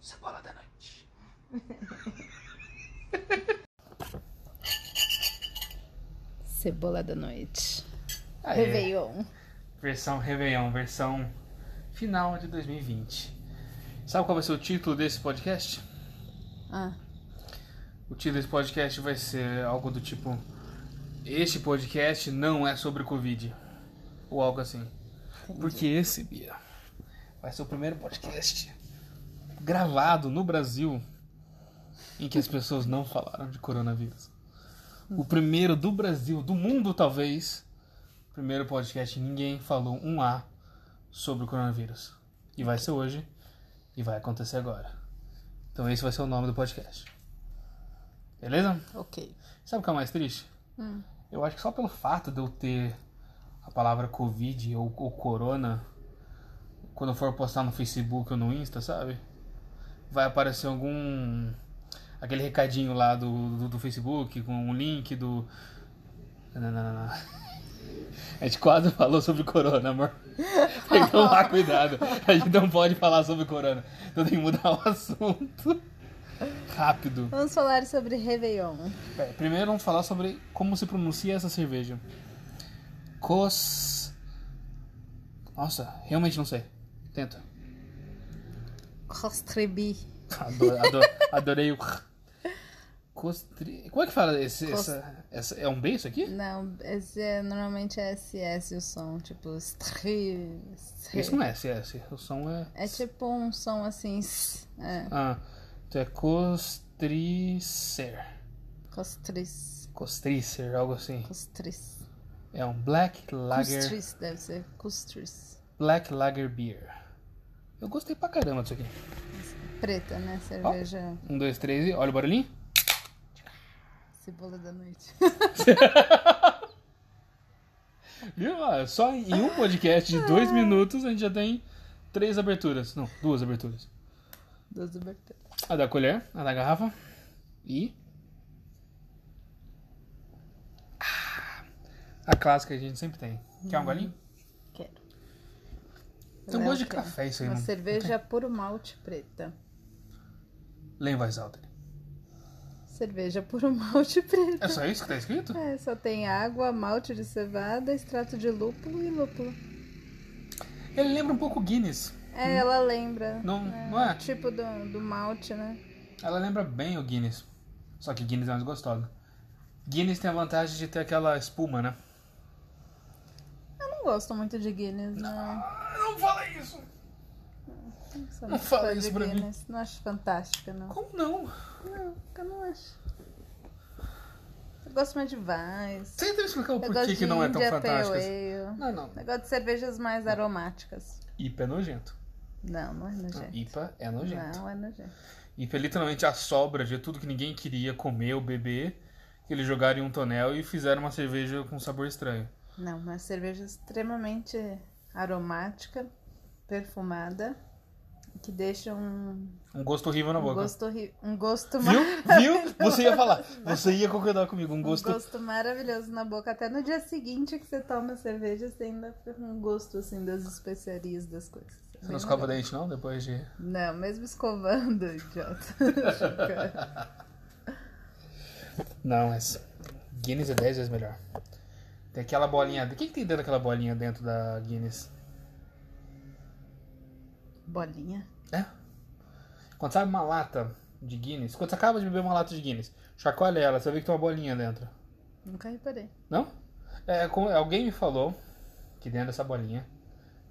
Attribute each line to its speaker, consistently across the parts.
Speaker 1: Cebola da noite.
Speaker 2: Cebola da noite.
Speaker 1: Aê.
Speaker 2: Réveillon.
Speaker 1: Versão Réveillon, versão final de 2020. Sabe qual vai ser o título desse podcast?
Speaker 2: Ah,
Speaker 1: O título desse podcast vai ser algo do tipo: Este podcast não é sobre Covid. Ou algo assim. Porque esse, Bia, vai ser o primeiro podcast gravado no Brasil em que as pessoas não falaram de coronavírus. O primeiro do Brasil, do mundo talvez, primeiro podcast ninguém falou um A sobre o coronavírus. E vai ser hoje e vai acontecer agora. Então esse vai ser o nome do podcast. Beleza?
Speaker 2: ok.
Speaker 1: Sabe o que é mais triste? Eu acho que só pelo fato de eu ter a palavra Covid ou, ou Corona, quando eu for postar no Facebook ou no Insta, sabe? Vai aparecer algum. aquele recadinho lá do, do, do Facebook com um link do. Não, não, não, não. A gente quase falou sobre Corona, amor. Tem que tomar cuidado. A gente não pode falar sobre Corona. Então tem que mudar o assunto. Rápido.
Speaker 2: Vamos falar sobre Réveillon.
Speaker 1: Bem, primeiro vamos falar sobre como se pronuncia essa cerveja. Cos. Nossa, realmente não sei. Tenta.
Speaker 2: Costrebi.
Speaker 1: Adoro, adoro- adorei o. Costri... Como é que fala esse,
Speaker 2: Cos-
Speaker 1: essa, essa- É um B isso aqui?
Speaker 2: Não, esse é, normalmente é SS o som, tipo stri. stri.
Speaker 1: Isso não é SS. O som é.
Speaker 2: É tipo um som assim. s- É,
Speaker 1: Ah, então é costricer.
Speaker 2: costris.
Speaker 1: Costricer, algo assim.
Speaker 2: Costris.
Speaker 1: É um black lager.
Speaker 2: Custris, deve ser custris.
Speaker 1: Black lager beer. Eu gostei pra caramba disso aqui.
Speaker 2: Preta, né? Cerveja
Speaker 1: Um, dois, três e. Olha o barulhinho.
Speaker 2: cebola da noite.
Speaker 1: Viu? Ah, Só em um podcast de dois
Speaker 2: Ah.
Speaker 1: minutos a gente já tem três aberturas. Não, duas aberturas.
Speaker 2: Duas aberturas.
Speaker 1: A da colher, a da garrafa e. Ah, A clássica que a gente sempre tem. Quer
Speaker 2: Hum.
Speaker 1: um golinho?
Speaker 2: Quero.
Speaker 1: Tem um
Speaker 2: Léo
Speaker 1: gosto de
Speaker 2: quer.
Speaker 1: café isso aí,
Speaker 2: Uma
Speaker 1: não-
Speaker 2: cerveja puro malte preta.
Speaker 1: Lê em voz alta.
Speaker 2: Cerveja puro malte preta.
Speaker 1: É só isso que tá escrito?
Speaker 2: É, só tem água, malte de cevada, extrato de lúpulo e lúpulo.
Speaker 1: Ele lembra um pouco Guinness.
Speaker 2: É, ela lembra.
Speaker 1: Hum. Não-
Speaker 2: né,
Speaker 1: não é?
Speaker 2: o Tipo do, do malte, né?
Speaker 1: Ela lembra bem o Guinness. Só que Guinness é mais gostosa. Guinness tem a vantagem de ter aquela espuma, né?
Speaker 2: Eu não gosto muito de Guinness, não.
Speaker 1: Ah, Não fala isso!
Speaker 2: Sou
Speaker 1: não
Speaker 2: muito
Speaker 1: fala
Speaker 2: fã
Speaker 1: isso
Speaker 2: de
Speaker 1: pra mim.
Speaker 2: Guinness. Não acho fantástica, não.
Speaker 1: Como não?
Speaker 2: Não, eu não acho. Eu gosto mais de Vice.
Speaker 1: Você deve explicar o
Speaker 2: Eu gosto
Speaker 1: porquê
Speaker 2: de
Speaker 1: que não é tão
Speaker 2: India Pale
Speaker 1: fantástica.
Speaker 2: Ale.
Speaker 1: Não, não.
Speaker 2: Eu gosto de cervejas mais aromáticas.
Speaker 1: IPA é nojento.
Speaker 2: Não, não é nojento.
Speaker 1: IPA é nojento.
Speaker 2: Não, é nojento.
Speaker 1: IPA é literalmente a sobra de tudo que ninguém queria comer ou beber. que Eles jogaram em um tonel e fizeram uma cerveja com sabor estranho.
Speaker 2: Não, uma cerveja extremamente aromática, perfumada, que deixa um,
Speaker 1: Um gosto horrível na
Speaker 2: um
Speaker 1: boca.
Speaker 2: gosto horri- um gosto
Speaker 1: Viu?
Speaker 2: mar-
Speaker 1: Viu? Você ia falar. Você ia concordar comigo. Um
Speaker 2: um
Speaker 1: gosto.
Speaker 2: gosto maravilhoso na boca. Até no dia seguinte que você toma a cerveja, você ainda fica com um gosto assim das especiarias das coisas. Assim,
Speaker 1: Você não escova dente, não? Depois de.
Speaker 2: Não, mesmo escovando, idiota.
Speaker 1: Não, mas. Guinness é 10 vezes melhor. Tem aquela bolinha. O que, que tem dentro daquela bolinha dentro da Guinness?
Speaker 2: Bolinha.
Speaker 1: É. Quando sai uma lata de Guinness, quando você acaba de beber uma lata de Guinness, chacoalha ela, você vê que tem uma bolinha dentro.
Speaker 2: Nunca reparei.
Speaker 1: Não? É, como- alguém me falou que dentro dessa bolinha.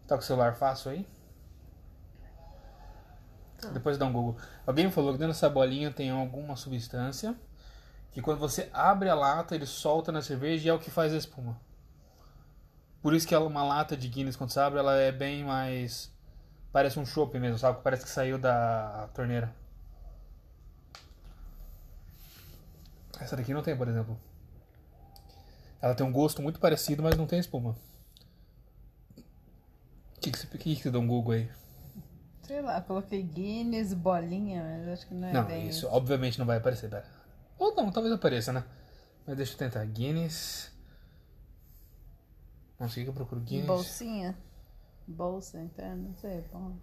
Speaker 1: Tá com o celular fácil aí?
Speaker 2: Tá.
Speaker 1: Depois dá um Google. Alguém me falou que dentro dessa bolinha tem alguma substância que quando você abre a lata, ele solta na cerveja e é o que faz a espuma. Por isso que ela, é uma lata de Guinness, quando você abre, ela é bem mais. Parece um chopp mesmo, sabe? Parece que saiu da torneira. Essa daqui não tem, por exemplo. Ela tem um gosto muito parecido, mas não tem espuma. O que, que, você- que, que você dá um Google aí?
Speaker 2: Sei lá, coloquei Guinness, bolinha, mas acho que não é
Speaker 1: não,
Speaker 2: bem
Speaker 1: isso obviamente não vai aparecer, pera. Ou não, talvez apareça, né? Mas deixa eu tentar. Guinness. Não sei o que eu procuro. Guinness.
Speaker 2: Bolsinha? então, é Bolsa interna, não sei. Bom.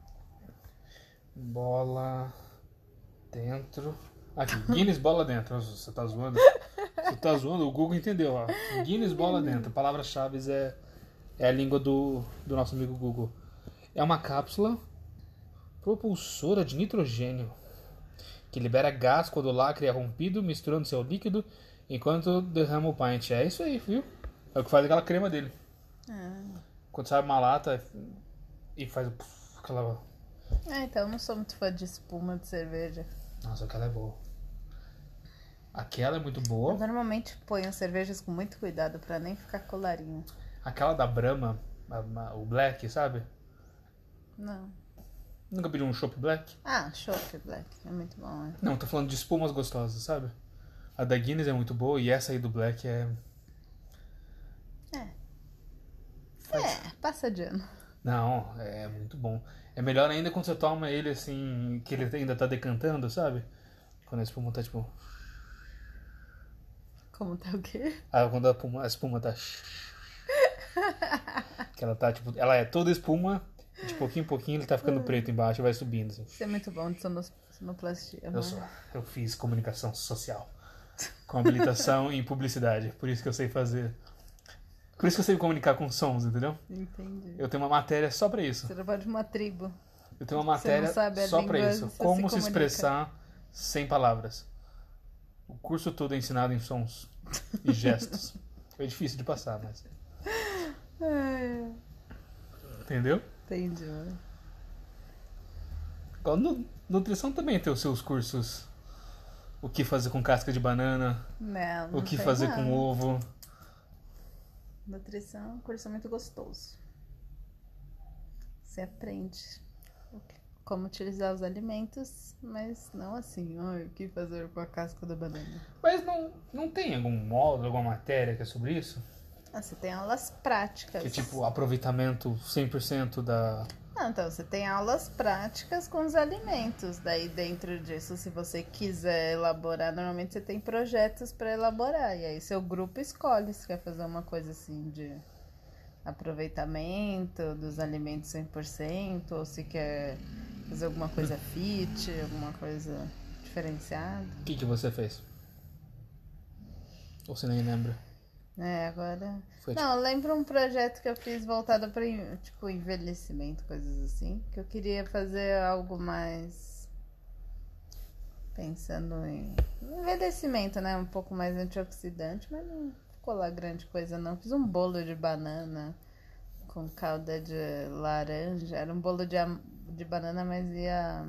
Speaker 1: Bola. Dentro. Aqui, Guinness bola dentro. Nossa, Você tá zoando? Você tá zoando? O Google entendeu, ó. Guinness bola dentro. Palavras-chave é, é a língua do, do nosso amigo Google. É uma cápsula propulsora de nitrogênio que libera gás quando o lacre é rompido, misturando seu líquido enquanto derrama o pint. É isso aí, viu? É o que faz aquela crema dele.
Speaker 2: Ah.
Speaker 1: Quando sai uma lata e faz o puff, aquela.
Speaker 2: Ah, então eu não sou muito fã de espuma de cerveja.
Speaker 1: Nossa, aquela é boa. Aquela é muito
Speaker 2: Eu
Speaker 1: boa.
Speaker 2: normalmente ponho cervejas com muito cuidado pra nem ficar colarinho.
Speaker 1: Aquela da Brahma, a- a- o Black, sabe?
Speaker 2: Não.
Speaker 1: Nunca pediu um chopp Black?
Speaker 2: Ah, chope black. É muito bom, né?
Speaker 1: Não, tô falando de espumas gostosas, sabe? A da Guinness é muito boa e essa aí do Black é.
Speaker 2: É, passa de ano.
Speaker 1: Não, é muito bom. É melhor ainda quando você toma ele assim, que ele ainda tá decantando, sabe? Quando a espuma tá tipo.
Speaker 2: Como tá o quê?
Speaker 1: Ah, quando a espuma, a espuma tá. Que ela tá tipo. Ela é toda espuma, de pouquinho em pouquinho ele tá ficando preto embaixo e vai subindo assim.
Speaker 2: Isso é muito bom de sono- sonoplastia, né?
Speaker 1: Eu, sou, eu fiz comunicação social com habilitação em publicidade, por isso que eu sei fazer. Por isso que eu sei me comunicar com sons, entendeu?
Speaker 2: Entendi.
Speaker 1: Eu tenho uma matéria só pra isso.
Speaker 2: Você não pode uma tribo.
Speaker 1: Eu tenho uma
Speaker 2: Você não
Speaker 1: matéria
Speaker 2: sabe a
Speaker 1: só pra
Speaker 2: língua,
Speaker 1: isso.
Speaker 2: você se
Speaker 1: Como se,
Speaker 2: comunica.
Speaker 1: expressar sem palavras. O curso todo é ensinado em sons e gestos. É difícil de passar, mas.
Speaker 2: É,
Speaker 1: Entendeu?
Speaker 2: entendi. né?
Speaker 1: Igual nu- Nutrição também tem os seus cursos. O que fazer com casca de banana,
Speaker 2: Não, não
Speaker 1: o que
Speaker 2: sei
Speaker 1: fazer
Speaker 2: não.
Speaker 1: com ovo.
Speaker 2: Nutrição é um curso muito gostoso. Você aprende o que- como utilizar os alimentos, mas não assim, "Ai, o que fazer com a casca da banana.
Speaker 1: Mas não, não tem algum módulo, alguma matéria que é sobre isso?
Speaker 2: Ah, você tem aulas práticas.
Speaker 1: Que é tipo aproveitamento 100% da.
Speaker 2: Não, então, você tem aulas práticas com os alimentos. Daí, dentro disso, se você quiser elaborar, normalmente você tem projetos para elaborar. E aí, seu grupo escolhe se quer fazer uma coisa assim de aproveitamento dos alimentos 100%, ou se quer fazer alguma coisa fit, alguma coisa diferenciada.
Speaker 1: O que, que você fez? Ou você nem lembra?
Speaker 2: É, agora.
Speaker 1: Foi tipo-
Speaker 2: Não, eu lembro um projeto que eu fiz voltado para tipo envelhecimento, coisas assim, que eu queria fazer algo mais pensando em envelhecimento, né, um pouco mais antioxidante, mas não ficou lá grande coisa não. Fiz um bolo de banana com calda de laranja, era um bolo de am- de banana, mas ia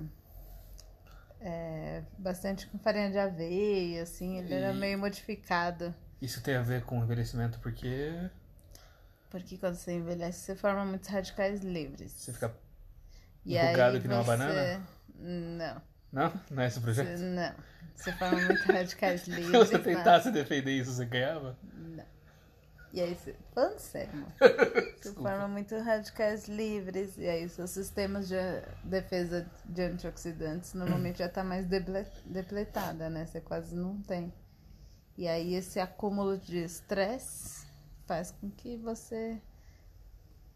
Speaker 2: é, bastante com farinha de aveia, assim, ele era
Speaker 1: E-
Speaker 2: meio modificado.
Speaker 1: tipo, Isso tem a ver com envelhecimento porque
Speaker 2: Porque quando você envelhece, você forma muitos radicais livres.
Speaker 1: você fica.
Speaker 2: E
Speaker 1: enrugado
Speaker 2: aí
Speaker 1: que nem uma
Speaker 2: você-
Speaker 1: banana?
Speaker 2: Não.
Speaker 1: Não? Não é esse o
Speaker 2: Você,
Speaker 1: projeto?
Speaker 2: não. Você forma muitos radicais
Speaker 1: Se
Speaker 2: livres.
Speaker 1: você
Speaker 2: né?
Speaker 1: tentasse defender isso, você ganhava?
Speaker 2: E aí você. Falando sério, amor. Você forma muitos radicais livres. E aí seus sistemas de defesa de antioxidantes normalmente já tá mais deble- depletada, né? Você quase não tem. E aí esse acúmulo de estresse faz com que você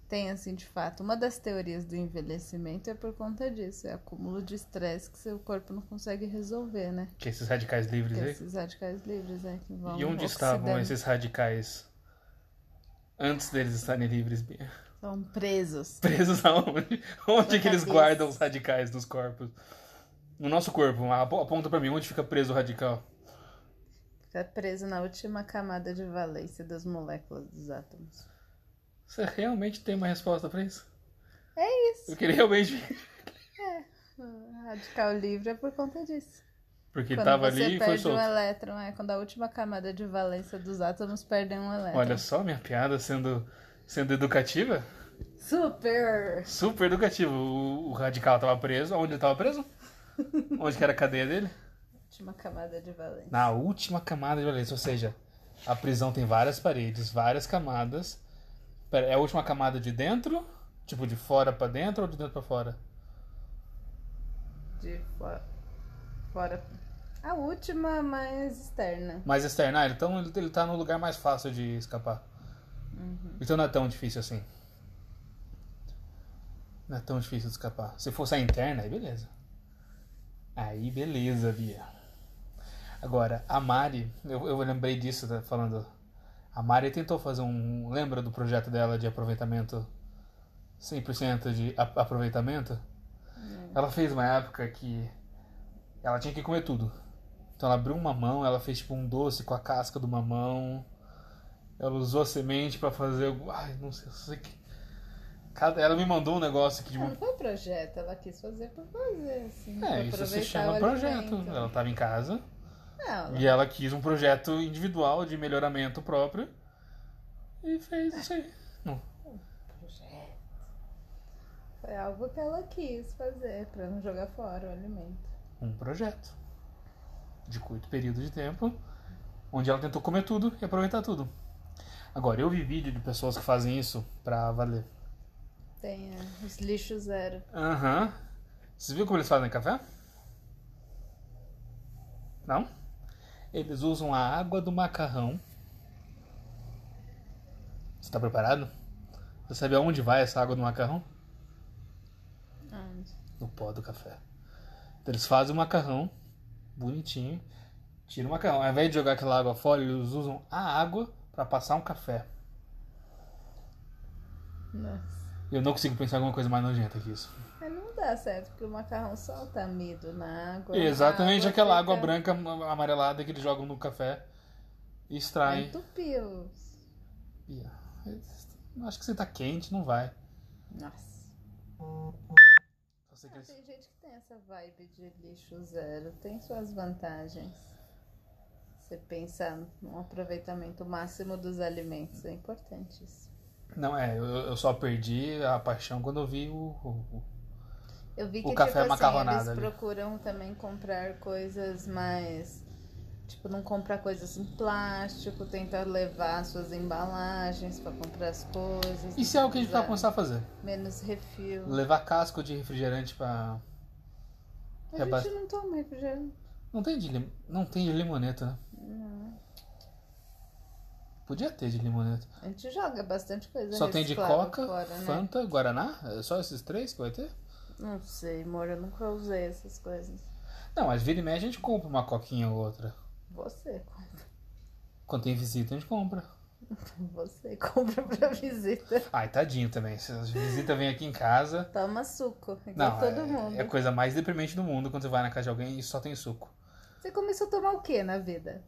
Speaker 2: tem assim de fato uma das teorias do envelhecimento é por conta disso é acúmulo de estresse que seu corpo não consegue resolver né
Speaker 1: Que esses radicais livres
Speaker 2: que é
Speaker 1: aí?
Speaker 2: esses radicais livres né que vão
Speaker 1: Uhum. E onde estavam
Speaker 2: oxidando.
Speaker 1: esses radicais antes deles estarem livres? Bia?
Speaker 2: são presos
Speaker 1: Presos aonde? Onde que eles
Speaker 2: cabeça.
Speaker 1: guardam os radicais nos corpos? No nosso corpo, apo- aponta pra mim, onde fica preso o radical?
Speaker 2: fica Tá preso na última camada de valência das moléculas dos átomos
Speaker 1: Você realmente tem uma resposta pra isso?
Speaker 2: é isso
Speaker 1: Porque ele realmente.
Speaker 2: o radical livre é por conta disso
Speaker 1: Porque
Speaker 2: quando
Speaker 1: tava
Speaker 2: você
Speaker 1: ali e foi
Speaker 2: perde um
Speaker 1: solto.
Speaker 2: elétron é quando a última camada de valência dos átomos perde um elétron
Speaker 1: Olha só minha piada sendo, sendo educativa.
Speaker 2: super
Speaker 1: Super educativo. O, o radical tava preso. Onde ele tava preso? Onde que era a cadeia dele?
Speaker 2: última camada de valência
Speaker 1: Na última camada de valência. Ou seja, a prisão tem várias paredes, várias camadas. Pera, é a última camada de dentro? Tipo, de fora pra dentro ou de dentro pra fora?
Speaker 2: de fora. fora. A última mais externa.
Speaker 1: Mais externa. Ah, então ele, ele tá no lugar mais fácil de escapar. Então não é tão difícil assim. Não é tão difícil de escapar. Se fosse a interna, aí beleza. Aí beleza, Bia. Agora, a Mari, eu, eu lembrei disso, tá falando. A Mari tentou fazer um. Lembra do projeto dela de aproveitamento? 100% de a- aproveitamento?
Speaker 2: É.
Speaker 1: Ela fez uma época que ela tinha que comer tudo. Então ela abriu um mamão, ela fez tipo um doce com a casca do mamão. Ela usou a semente pra fazer. algum- Ai, não sei, só sei que. Cada... Ela me mandou um negócio aqui de
Speaker 2: Ah,
Speaker 1: uma
Speaker 2: Não foi projeto, ela quis fazer por fazer, assim. pra
Speaker 1: É, isso
Speaker 2: aproveitar
Speaker 1: se
Speaker 2: o
Speaker 1: chama projeto.
Speaker 2: alimento.
Speaker 1: Ela estava em casa
Speaker 2: Não,
Speaker 1: e ela quis um projeto individual de melhoramento próprio e fez isso aí. Não.
Speaker 2: projeto. Foi É. algo que ela quis fazer pra não jogar fora o alimento.
Speaker 1: Um projeto. De curto período de tempo, onde ela tentou comer tudo e aproveitar tudo. Agora, eu vi vídeo de pessoas que fazem isso pra valer.
Speaker 2: Tem é, os lixos zero.
Speaker 1: Aham. Vocês viram como eles fazem café? Não? Eles usam a água do macarrão. Você tá preparado? Você sabe aonde vai essa água do macarrão?
Speaker 2: Onde?
Speaker 1: No pó do café. Então eles fazem o macarrão, bonitinho, tiram o macarrão. Ao invés de jogar aquela água fora, eles usam a água pra passar um café.
Speaker 2: Nossa.
Speaker 1: Eu não consigo pensar em alguma coisa mais nojenta que isso.
Speaker 2: Mas não dá certo, porque o macarrão solta amido na água.
Speaker 1: Exatamente
Speaker 2: a
Speaker 1: aquela
Speaker 2: fica-
Speaker 1: água branca amarelada que eles jogam no café e extraem.
Speaker 2: É. Entupiu.
Speaker 1: Bia, Acho que você tá quente, não vai.
Speaker 2: Nossa.
Speaker 1: Só sei que
Speaker 2: Ah,
Speaker 1: eles-
Speaker 2: tem gente que tem essa vibe de lixo zero, tem suas vantagens. Você pensar no aproveitamento máximo dos alimentos, é importante isso.
Speaker 1: Não, é, eu, eu só perdi a paixão quando eu vi o. o- o-
Speaker 2: Eu vi
Speaker 1: O
Speaker 2: que
Speaker 1: café
Speaker 2: tipo, assim,
Speaker 1: macarronado
Speaker 2: eles
Speaker 1: ali.
Speaker 2: procuram também comprar coisas mais. Tipo, não comprar coisas em plástico, tentar levar suas embalagens pra comprar as coisas.
Speaker 1: Isso é o que a gente tá
Speaker 2: usar
Speaker 1: começando a fazer.
Speaker 2: Menos refil.
Speaker 1: Levar casco de refrigerante pra.
Speaker 2: A
Speaker 1: Reba-
Speaker 2: gente não toma é refrigerante.
Speaker 1: Não tem de, lim... não tem de limoneta, né?
Speaker 2: Não.
Speaker 1: Podia ter de limoneta.
Speaker 2: A gente joga bastante coisa
Speaker 1: Só tem de
Speaker 2: reciclável
Speaker 1: coca,
Speaker 2: fora, né?
Speaker 1: Fanta, Guaraná? É só esses três que vai ter?
Speaker 2: Não sei, amor, eu nunca usei essas coisas.
Speaker 1: Não, mas vira e mexe a gente compra uma coquinha ou outra.
Speaker 2: Você compra.
Speaker 1: Quando tem visita, a gente compra.
Speaker 2: Você compra pra visita.
Speaker 1: Ai, tadinho também. Se a visita vem aqui em casa.
Speaker 2: Toma suco, igual
Speaker 1: Não,
Speaker 2: todo
Speaker 1: é,
Speaker 2: mundo.
Speaker 1: é a coisa mais deprimente do mundo quando você vai na casa de alguém e só tem suco.
Speaker 2: Você começou a tomar o que na vida?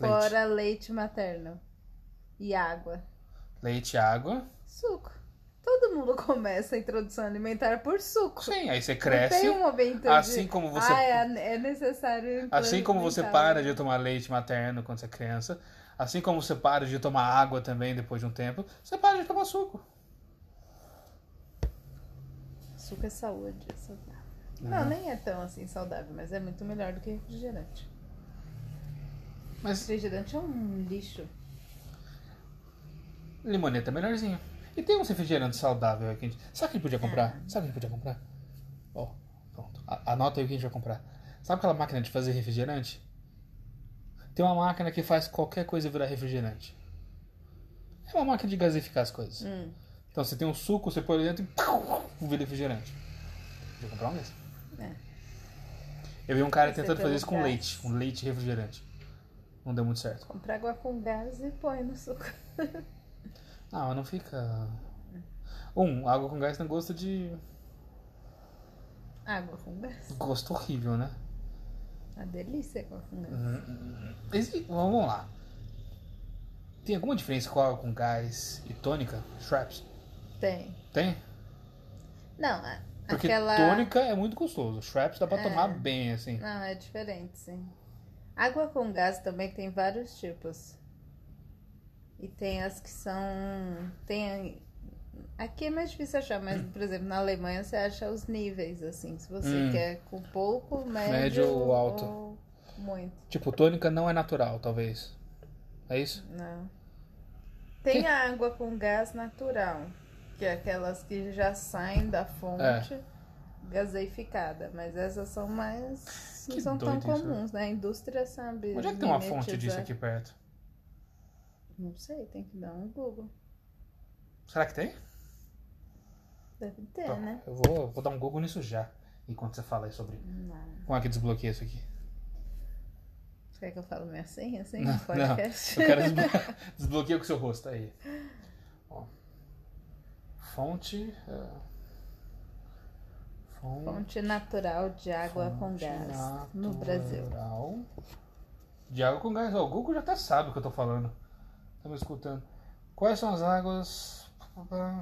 Speaker 1: Leite.
Speaker 2: Fora leite materno e água.
Speaker 1: Leite, água.
Speaker 2: Suco. Todo mundo começa a introdução alimentar por suco.
Speaker 1: Sim, aí você
Speaker 2: Não
Speaker 1: cresce.
Speaker 2: tem um momento
Speaker 1: assim
Speaker 2: de...
Speaker 1: como você-
Speaker 2: Ah, é, é necessário... um
Speaker 1: Assim como você
Speaker 2: implementar.
Speaker 1: para de tomar leite materno quando você é criança, assim como você para de tomar água também depois de um tempo, você para de tomar suco.
Speaker 2: Suco é saúde, é saudável. Não, nem é tão assim saudável, mas é muito melhor do que refrigerante.
Speaker 1: Mas
Speaker 2: Refrigerante é um lixo.
Speaker 1: limoneta é melhorzinho. E tem uns refrigerantes saudáveis aqui. Sabe o que a gente
Speaker 2: É.
Speaker 1: podia comprar? Sabe o que a gente podia comprar? Ó, pronto. A- anota aí o que a gente vai comprar. Sabe aquela máquina de fazer refrigerante? Tem uma máquina que faz qualquer coisa virar refrigerante. É uma máquina de gasificar as coisas.
Speaker 2: Hum.
Speaker 1: Então você tem um suco, você põe dentro e pau, vira refrigerante. Podia comprar um desse.
Speaker 2: É.
Speaker 1: Eu vi um cara
Speaker 2: Você
Speaker 1: tentando
Speaker 2: tem
Speaker 1: fazer
Speaker 2: um
Speaker 1: isso com
Speaker 2: gás.
Speaker 1: leite, um leite refrigerante. Não deu muito certo.
Speaker 2: Compra água com gás e põe no suco.
Speaker 1: Ah, mas não fica. Um, água com gás tem gosto de.
Speaker 2: Água com gás.
Speaker 1: Gosto horrível, né?
Speaker 2: Uma delícia água com gás.
Speaker 1: Exi- Vamos lá. Tem alguma diferença com água com gás e tônica? Shraps?
Speaker 2: Tem.
Speaker 1: Tem?
Speaker 2: Não, a-
Speaker 1: Porque
Speaker 2: aquela.
Speaker 1: tônica é muito gostoso. Shraps dá pra
Speaker 2: É.
Speaker 1: tomar bem, assim.
Speaker 2: Não, é diferente, sim. Água com gás também tem vários tipos. E tem as que são. Tem. Aqui é mais difícil achar, mas, por exemplo, na Alemanha você acha os níveis, assim. Se você
Speaker 1: Hum.
Speaker 2: quer com pouco, médio,
Speaker 1: Médio ou alto.
Speaker 2: ou muito.
Speaker 1: Tipo, tônica não é natural, talvez. É isso?
Speaker 2: Não. Né? Tem a água com gás natural, que é aquelas que já saem da fonte
Speaker 1: É.
Speaker 2: gaseificada, mas essas são mais. não
Speaker 1: Que
Speaker 2: são tão
Speaker 1: doido isso,
Speaker 2: comuns, né? A indústria sabe.
Speaker 1: Onde é que tem uma
Speaker 2: mimetizar.
Speaker 1: fonte disso aqui perto?
Speaker 2: Não sei, tem que dar um Google.
Speaker 1: Será que tem? Então,
Speaker 2: Deve ter,
Speaker 1: Bom,
Speaker 2: né?
Speaker 1: Tá. Eu vou, vou dar um Google nisso já. enquanto você fala aí sobre.
Speaker 2: Não.
Speaker 1: Como é que desbloqueia isso aqui?
Speaker 2: Quer que eu falo minha senha assim
Speaker 1: Não,
Speaker 2: no podcast?
Speaker 1: não. Eu quero desblo- desbloqueia com o seu rosto. Aí. Ó. Fonte. eh, fon-
Speaker 2: Fonte natural de água com
Speaker 1: fonte
Speaker 2: gás no Brasil.
Speaker 1: natural De água com gás. Ó, o Google já até sabe o que eu tô falando. Tá me escutando. Quais são as águas.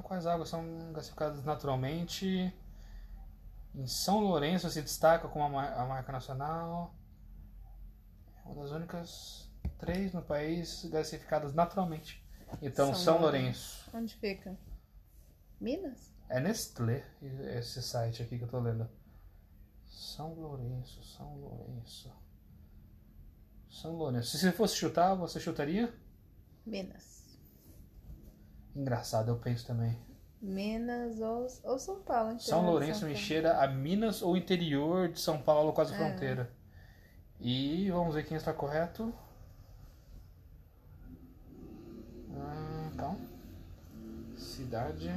Speaker 1: Quais águas são gasificadas naturalmente? Em São Lourenço se destaca como a, mar- a marca nacional. É Uma das únicas três no país gasificadas naturalmente. Então, São,
Speaker 2: São
Speaker 1: Lourenço.
Speaker 2: Onde fica? Minas?
Speaker 1: É Nestlé esse site aqui que eu tô lendo. São Lourenço, São Lourenço. São Lourenço. Se você fosse chutar, você chutaria?
Speaker 2: Minas.
Speaker 1: Engraçado, eu penso também.
Speaker 2: Minas ou, ou São Paulo, então, né, interior de
Speaker 1: São Lourenço
Speaker 2: Paulo.
Speaker 1: me cheira a Minas ou interior de São Paulo, quase fronteira. E vamos ver quem está correto. Ah, Então, cidade.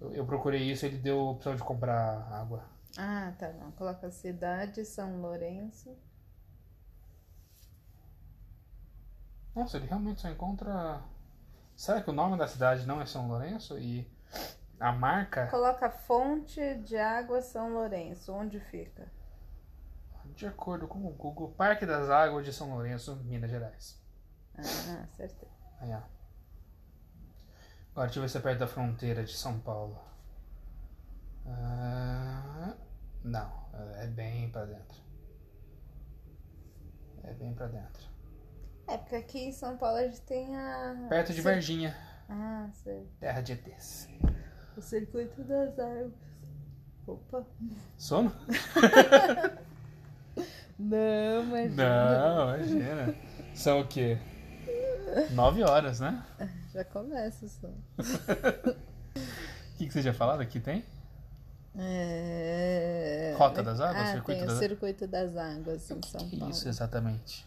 Speaker 1: Eu, eu procurei isso, ele deu a opção de comprar água.
Speaker 2: Ah, tá bom. Coloca cidade, São Lourenço.
Speaker 1: Nossa, ele realmente só encontra. Será que o nome da cidade não é São Lourenço? E a marca?
Speaker 2: Coloca fonte de água São Lourenço. Onde fica?
Speaker 1: De acordo com o Google, Parque das Águas de São Lourenço, Minas Gerais.
Speaker 2: Ah, acertei.
Speaker 1: Aí, ó. Agora deixa eu ver se é perto da fronteira de São Paulo. Ah, não, é bem pra dentro. É bem pra dentro.
Speaker 2: É, porque aqui em São Paulo a gente tem a.
Speaker 1: Perto de
Speaker 2: Sim.
Speaker 1: Varginha,
Speaker 2: Ah, sei.
Speaker 1: terra de ETs.
Speaker 2: O circuito das árvores. Opa.
Speaker 1: Sono?
Speaker 2: Não, mas.
Speaker 1: Não, imagina. São o quê? Nove horas, né?
Speaker 2: Já começa o som.
Speaker 1: O que, que você já falado aqui tem?
Speaker 2: É...
Speaker 1: Rota das águas?
Speaker 2: Ah,
Speaker 1: Circuito
Speaker 2: tem
Speaker 1: das-
Speaker 2: o Circuito das Águas em São
Speaker 1: Que é
Speaker 2: Paulo.
Speaker 1: isso exatamente?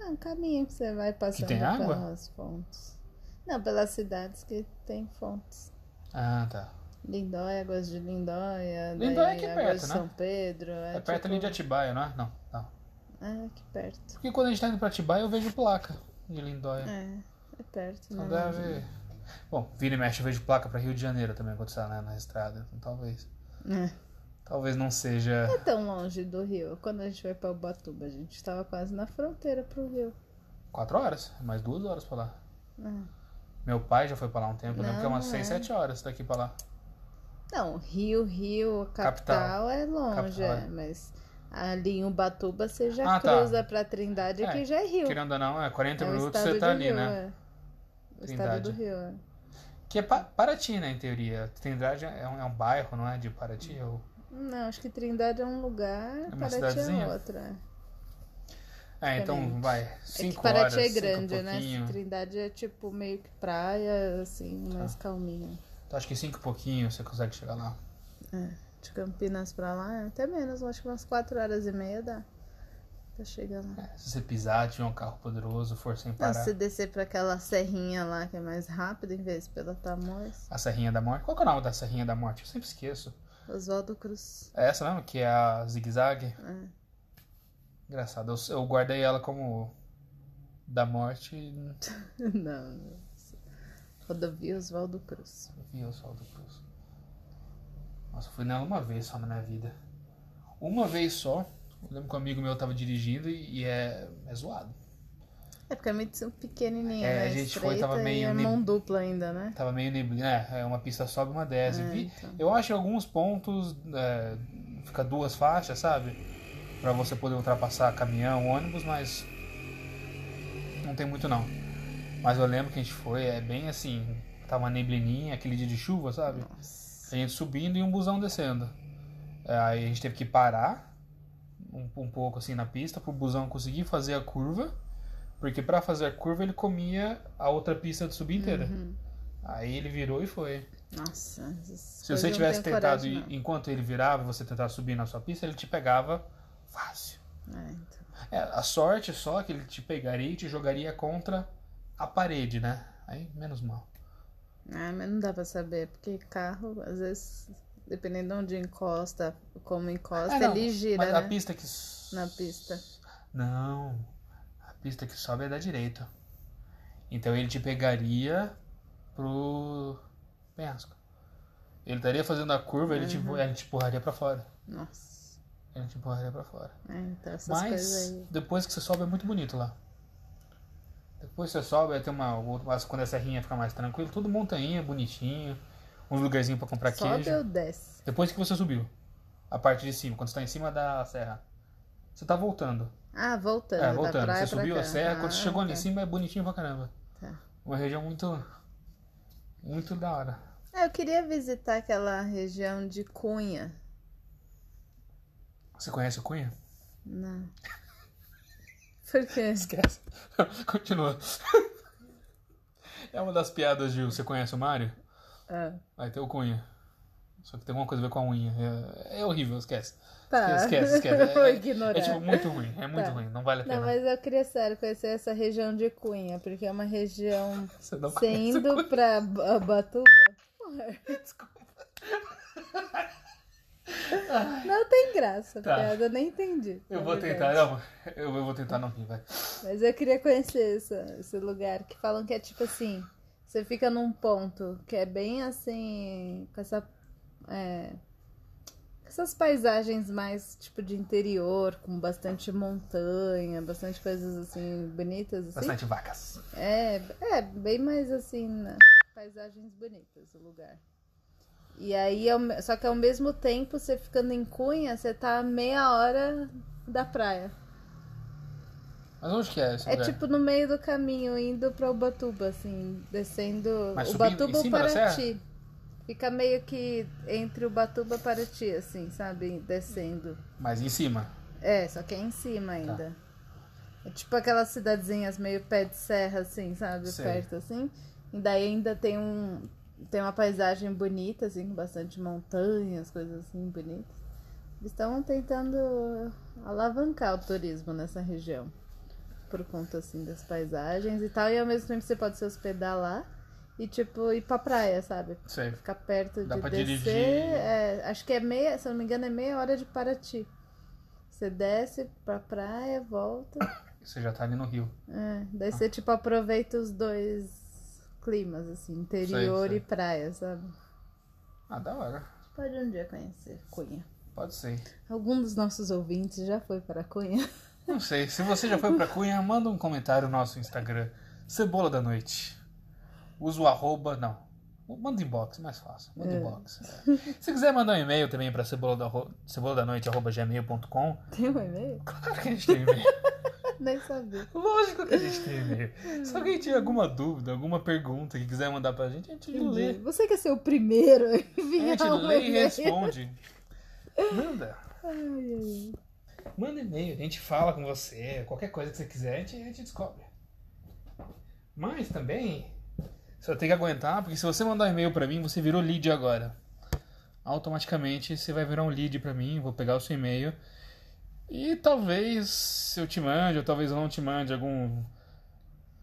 Speaker 2: É um caminho que você vai passando
Speaker 1: tem água?
Speaker 2: pelas fontes. Não, pelas cidades que tem fontes.
Speaker 1: Ah, tá.
Speaker 2: Lindóia, Águas de Lindóia.
Speaker 1: Lindóia é
Speaker 2: daí
Speaker 1: aqui
Speaker 2: Águas
Speaker 1: perto,
Speaker 2: de
Speaker 1: né?
Speaker 2: São Pedro. É,
Speaker 1: É, perto
Speaker 2: tipo...
Speaker 1: ali de Atibaia, não é? Não, não.
Speaker 2: Ah, aqui perto.
Speaker 1: Porque quando a gente tá indo pra Atibaia eu vejo placa de Lindóia.
Speaker 2: É, é perto.
Speaker 1: Então
Speaker 2: né?
Speaker 1: deve. Bom, vira e mexe, eu vejo placa pra Rio de Janeiro também quando você tá né, na estrada. Então talvez.
Speaker 2: É.
Speaker 1: Talvez não seja.
Speaker 2: Não é tão longe do Rio. Quando a gente vai pra Ubatuba, a gente tava quase na fronteira pro Rio.
Speaker 1: Quatro horas, é mais duas horas pra lá.
Speaker 2: É.
Speaker 1: Meu pai já foi pra lá um tempo, né?
Speaker 2: Não,
Speaker 1: Porque é umas
Speaker 2: não
Speaker 1: seis,
Speaker 2: é.
Speaker 1: sete horas daqui pra lá.
Speaker 2: Não, Rio, Rio, capital,
Speaker 1: Capital.
Speaker 2: é longe,
Speaker 1: Capital,
Speaker 2: é,
Speaker 1: é.
Speaker 2: mas ali em Ubatuba você já
Speaker 1: Ah, tá.
Speaker 2: cruza pra Trindade,
Speaker 1: É,
Speaker 2: que já é Rio.
Speaker 1: Querendo ou não, é 40
Speaker 2: É o
Speaker 1: minutos
Speaker 2: estado
Speaker 1: você tá
Speaker 2: de
Speaker 1: ali,
Speaker 2: Rio,
Speaker 1: né?
Speaker 2: é. O
Speaker 1: Trindade.
Speaker 2: estado do Rio, é.
Speaker 1: Que é pa Paraty, né, em teoria. Trindade é um, é um bairro, não é? De Paraty. Ou...
Speaker 2: Não, acho que Trindade é um lugar,
Speaker 1: É uma
Speaker 2: Paraty
Speaker 1: cidadezinha?
Speaker 2: é outra. É
Speaker 1: É, então
Speaker 2: Exatamente.
Speaker 1: vai.
Speaker 2: que
Speaker 1: Cinco
Speaker 2: Paraty
Speaker 1: horas,
Speaker 2: é
Speaker 1: cinco e
Speaker 2: grande, né?
Speaker 1: pouquinho. Tá.
Speaker 2: Trindade é tipo meio que praia, assim, mais calminha.
Speaker 1: Então, acho que cinco e pouquinho você consegue chegar lá.
Speaker 2: De Campinas pra lá, é até menos, acho que umas 4 horas e meia dá. Pra chegar lá.
Speaker 1: Se você pisar, tiver um carro poderoso, for sem
Speaker 2: Não,
Speaker 1: parar.
Speaker 2: se descer pra aquela serrinha lá que é mais rápida em vez pela Tamoios,
Speaker 1: A Serrinha da Morte. Qual que é o nome da Serrinha da Morte? Eu sempre esqueço.
Speaker 2: Oswaldo Cruz.
Speaker 1: É essa mesmo? Que é a zigue-zague?
Speaker 2: É.
Speaker 1: Engraçado. Eu, eu guardei ela como da morte e não
Speaker 2: Não, não. Rodovia Oswaldo Cruz.
Speaker 1: vi o sol do cruz. Nossa, eu fui nela uma vez só na minha vida. Uma vez só. Eu lembro que um amigo meu tava dirigindo e, e é, é zoado.
Speaker 2: É porque é muito pequenininha,
Speaker 1: É,
Speaker 2: né?
Speaker 1: a gente foi, tava
Speaker 2: Estreita
Speaker 1: meio
Speaker 2: e é
Speaker 1: neb-
Speaker 2: mão dupla ainda, né?
Speaker 1: Tava meio neblina. É, é uma pista sobe, uma desce.
Speaker 2: É,
Speaker 1: Vi-
Speaker 2: então.
Speaker 1: Eu acho que em alguns pontos é, fica duas faixas, sabe? Pra você poder ultrapassar caminhão, ônibus, mas não tem muito não. Mas eu lembro que a gente foi, é bem assim, tava uma neblininha, aquele dia de chuva, sabe?
Speaker 2: Nossa.
Speaker 1: A gente subindo e um busão descendo. É, Aí a gente teve que parar um, um pouco assim na pista pro busão conseguir fazer a curva, porque pra fazer a curva ele comia a outra pista de subir inteira.
Speaker 2: Uhum.
Speaker 1: Aí ele virou e foi.
Speaker 2: Nossa. essas
Speaker 1: Se
Speaker 2: coisas
Speaker 1: você
Speaker 2: não
Speaker 1: tivesse
Speaker 2: tenho
Speaker 1: tentado,
Speaker 2: coragem,
Speaker 1: ir- enquanto ele virava, e você tentasse subir na sua pista, ele te pegava fácil.
Speaker 2: não. É, então.
Speaker 1: É, a sorte só é que ele te pegaria e te jogaria contra a parede, né? Aí, menos mal.
Speaker 2: Ah, mas não dá pra saber, porque carro, às vezes, Dependendo de onde encosta, como encosta,
Speaker 1: Ah, não,
Speaker 2: ele gira,
Speaker 1: Mas
Speaker 2: né?
Speaker 1: a pista que. s-
Speaker 2: Na pista.
Speaker 1: Não. A pista que sobe é da direita. Então ele te pegaria pro penhasco. Ele estaria fazendo a curva, ele, te,
Speaker 2: Uhum.
Speaker 1: ele te empurraria pra fora.
Speaker 2: Nossa.
Speaker 1: Ele te empurraria pra fora.
Speaker 2: É, então essas
Speaker 1: Mas
Speaker 2: coisas aí.
Speaker 1: depois que você sobe é muito bonito lá. Depois que você sobe, aí tem uma, uma. Quando a serrinha fica mais tranquila, tudo montanha, é bonitinho. Um lugarzinho pra comprar
Speaker 2: Sobe
Speaker 1: queijo.
Speaker 2: ou desce?
Speaker 1: Depois que você subiu, a parte de cima, quando você tá em cima da serra, você tá voltando.
Speaker 2: Ah, voltando.
Speaker 1: É,
Speaker 2: Da
Speaker 1: voltando.
Speaker 2: praia
Speaker 1: Você
Speaker 2: pra
Speaker 1: subiu
Speaker 2: cá.
Speaker 1: a serra, quando
Speaker 2: Ah,
Speaker 1: você chegou ali
Speaker 2: tá.
Speaker 1: em cima é bonitinho pra caramba.
Speaker 2: Tá.
Speaker 1: Uma região muito. Muito da hora.
Speaker 2: Ah, eu queria visitar aquela região de Cunha.
Speaker 1: Você conhece o Cunha?
Speaker 2: Não. Por quê?
Speaker 1: Esquece. Continua. É uma das piadas de Você conhece o Mário?
Speaker 2: Ah,
Speaker 1: Aí tem o Cunha. Só que tem alguma coisa a ver com a unha. É, é horrível, esquece.
Speaker 2: tá.
Speaker 1: Esquece, esquece.
Speaker 2: Vou
Speaker 1: É,
Speaker 2: ignorar.
Speaker 1: é, tipo muito ruim, é muito
Speaker 2: Tá.
Speaker 1: ruim, não vale a pena.
Speaker 2: Não, mas eu queria sério conhecer essa região de Cunha, porque é uma região
Speaker 1: Você não
Speaker 2: Você
Speaker 1: conhece o
Speaker 2: indo pra Ba- Batuba? Não tem graça,
Speaker 1: Tá.
Speaker 2: piada, eu nem entendi.
Speaker 1: Eu
Speaker 2: na
Speaker 1: vou tentar,
Speaker 2: verdade.
Speaker 1: não. Eu, eu vou tentar não rir, vai.
Speaker 2: Mas eu queria conhecer essa- esse lugar, que falam que é tipo assim, você fica num ponto que é bem assim, com essa... é, com essas paisagens mais tipo de interior, com bastante montanha, bastante coisas assim bonitas assim.
Speaker 1: Bastante vacas.
Speaker 2: É, é bem mais assim, né? paisagens bonitas o lugar. E aí, ao me- só que ao mesmo tempo, você ficando em Cunha, você tá a meia hora da praia.
Speaker 1: Mas onde que é esse
Speaker 2: É
Speaker 1: lugar?
Speaker 2: tipo no meio do caminho, indo pra Ubatuba, assim, descendo
Speaker 1: Mas subindo em
Speaker 2: Ubatuba ou
Speaker 1: cima da serra?
Speaker 2: Paraty. Fica meio que entre Ubatuba e Paraty, assim, sabe? Descendo.
Speaker 1: Mas em cima.
Speaker 2: É, só que é em cima ainda. É tipo aquelas cidadezinhas meio pé de serra, assim, sabe?
Speaker 1: Sei.
Speaker 2: Perto, assim. E daí ainda tem um. Tem uma paisagem bonita, assim, com bastante montanhas, coisas assim bonitas. Eles estão tentando alavancar o turismo nessa região. Por conta, assim, das paisagens e tal. E ao mesmo tempo você pode se hospedar lá e, tipo, ir pra praia, sabe?
Speaker 1: Não sei.
Speaker 2: Ficar perto
Speaker 1: Dá
Speaker 2: de
Speaker 1: pra
Speaker 2: descer.
Speaker 1: dirigir.
Speaker 2: é, acho que é meia, se eu não me engano, é meia hora de Paraty. Você desce pra praia, volta.
Speaker 1: Você já tá ali no rio.
Speaker 2: É, daí você tipo aproveita os dois climas, assim, interior
Speaker 1: Sei, sei.
Speaker 2: e praia, sabe?
Speaker 1: Ah, da hora.
Speaker 2: Pode um dia conhecer Cunha.
Speaker 1: Pode ser.
Speaker 2: Algum dos nossos ouvintes já foi para Cunha?
Speaker 1: Não sei. Se você já foi pra Cunha, manda um comentário no nosso Instagram. Cebola da Noite. Usa o arroba. Não. Manda inbox, é mais fácil. Manda inbox. é. Se quiser mandar um e-mail também pra cebola da, cebola da noite, arroba gmail.com.
Speaker 2: Tem um e-mail?
Speaker 1: Claro que a gente tem e-mail.
Speaker 2: Nem sabia.
Speaker 1: Lógico que a gente tem e-mail. Se alguém tiver alguma dúvida, alguma pergunta que quiser mandar pra gente, a gente lê.
Speaker 2: Você quer ser o primeiro
Speaker 1: É,
Speaker 2: a
Speaker 1: A
Speaker 2: enviar
Speaker 1: gente
Speaker 2: um
Speaker 1: lê e
Speaker 2: e-mail?
Speaker 1: responde. Manda.
Speaker 2: Ai, ai,
Speaker 1: Manda e-mail, a gente fala com você. Qualquer coisa que você quiser, a gente, a gente descobre. Mas também, você vai ter que aguentar, porque se você mandar um e-mail pra mim, você virou lead agora. Automaticamente você vai virar um lead pra mim, vou pegar o seu e-mail. E talvez eu te mande, ou talvez eu não te mande algum.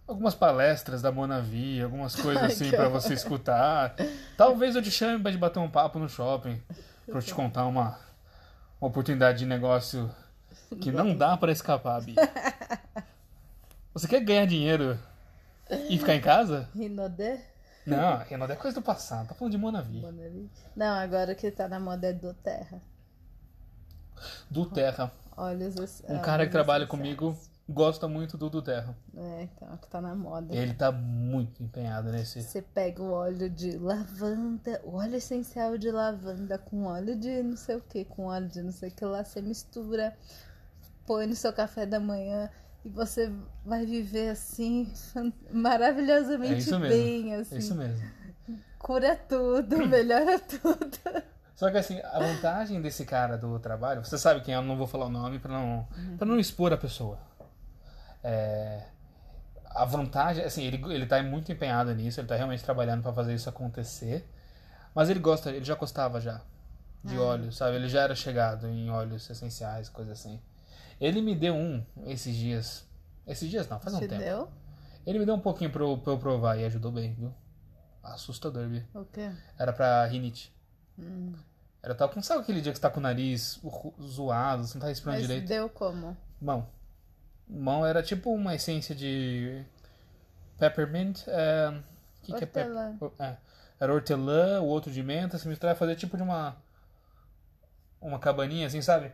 Speaker 1: Algumas palestras da Monavi, algumas coisas
Speaker 2: Ai,
Speaker 1: assim
Speaker 2: que
Speaker 1: pra você escutar. Talvez eu te chame pra te bater um papo no shopping, pra eu te contar uma, uma oportunidade de negócio que não dá pra escapar, Bia. Você quer ganhar dinheiro e ficar em casa?
Speaker 2: ai. Rinodé?
Speaker 1: Não, Renato, é coisa do passado. Tá falando de Monavi.
Speaker 2: Bonelli. Não, agora o que tá na moda é do Terra.
Speaker 1: Do Terra.
Speaker 2: Olhos assim. Ah, es-
Speaker 1: Um
Speaker 2: olhos
Speaker 1: cara que trabalha
Speaker 2: essenciais.
Speaker 1: comigo gosta muito do do Terra.
Speaker 2: É, então, é o que tá na moda.
Speaker 1: Ele tá muito empenhado nesse.
Speaker 2: Você pega o óleo de lavanda, o óleo essencial de lavanda com óleo de não sei o que, com óleo de não sei o que lá, você mistura, põe no seu café da manhã e você vai viver assim, fan-
Speaker 1: É
Speaker 2: maravilhosamente
Speaker 1: isso mesmo.
Speaker 2: bem,
Speaker 1: É
Speaker 2: assim.
Speaker 1: isso mesmo.
Speaker 2: Cura tudo, melhora tudo.
Speaker 1: Só que assim, a vantagem desse cara do trabalho, você sabe quem é, eu não vou falar o nome pra não, pra não expor a pessoa. É, a vantagem, assim, ele, ele tá muito empenhado nisso, ele tá realmente trabalhando pra fazer isso acontecer. Mas ele gosta, ele já gostava já de óleo, sabe? Ele já era chegado em óleos essenciais, coisa assim. Ele me deu um esses dias. Esses dias não, faz um tempo.
Speaker 2: Entendeu?
Speaker 1: Ele me deu um pouquinho pra eu, pra eu provar e ajudou bem, viu? Assustador, viu?
Speaker 2: O quê? Hum.
Speaker 1: Era pra rinite. Era tal como sabe aquele dia que você tá com o nariz ru- zoado, você não tá respirando
Speaker 2: Mas
Speaker 1: direito.
Speaker 2: deu como?
Speaker 1: Mão. Mão era tipo uma essência de peppermint. É... o Que que é pep-
Speaker 2: Hortelã.
Speaker 1: o- é. Era hortelã, o outro de menta, se misturava e fazia tipo de uma. Uma cabaninha assim, sabe?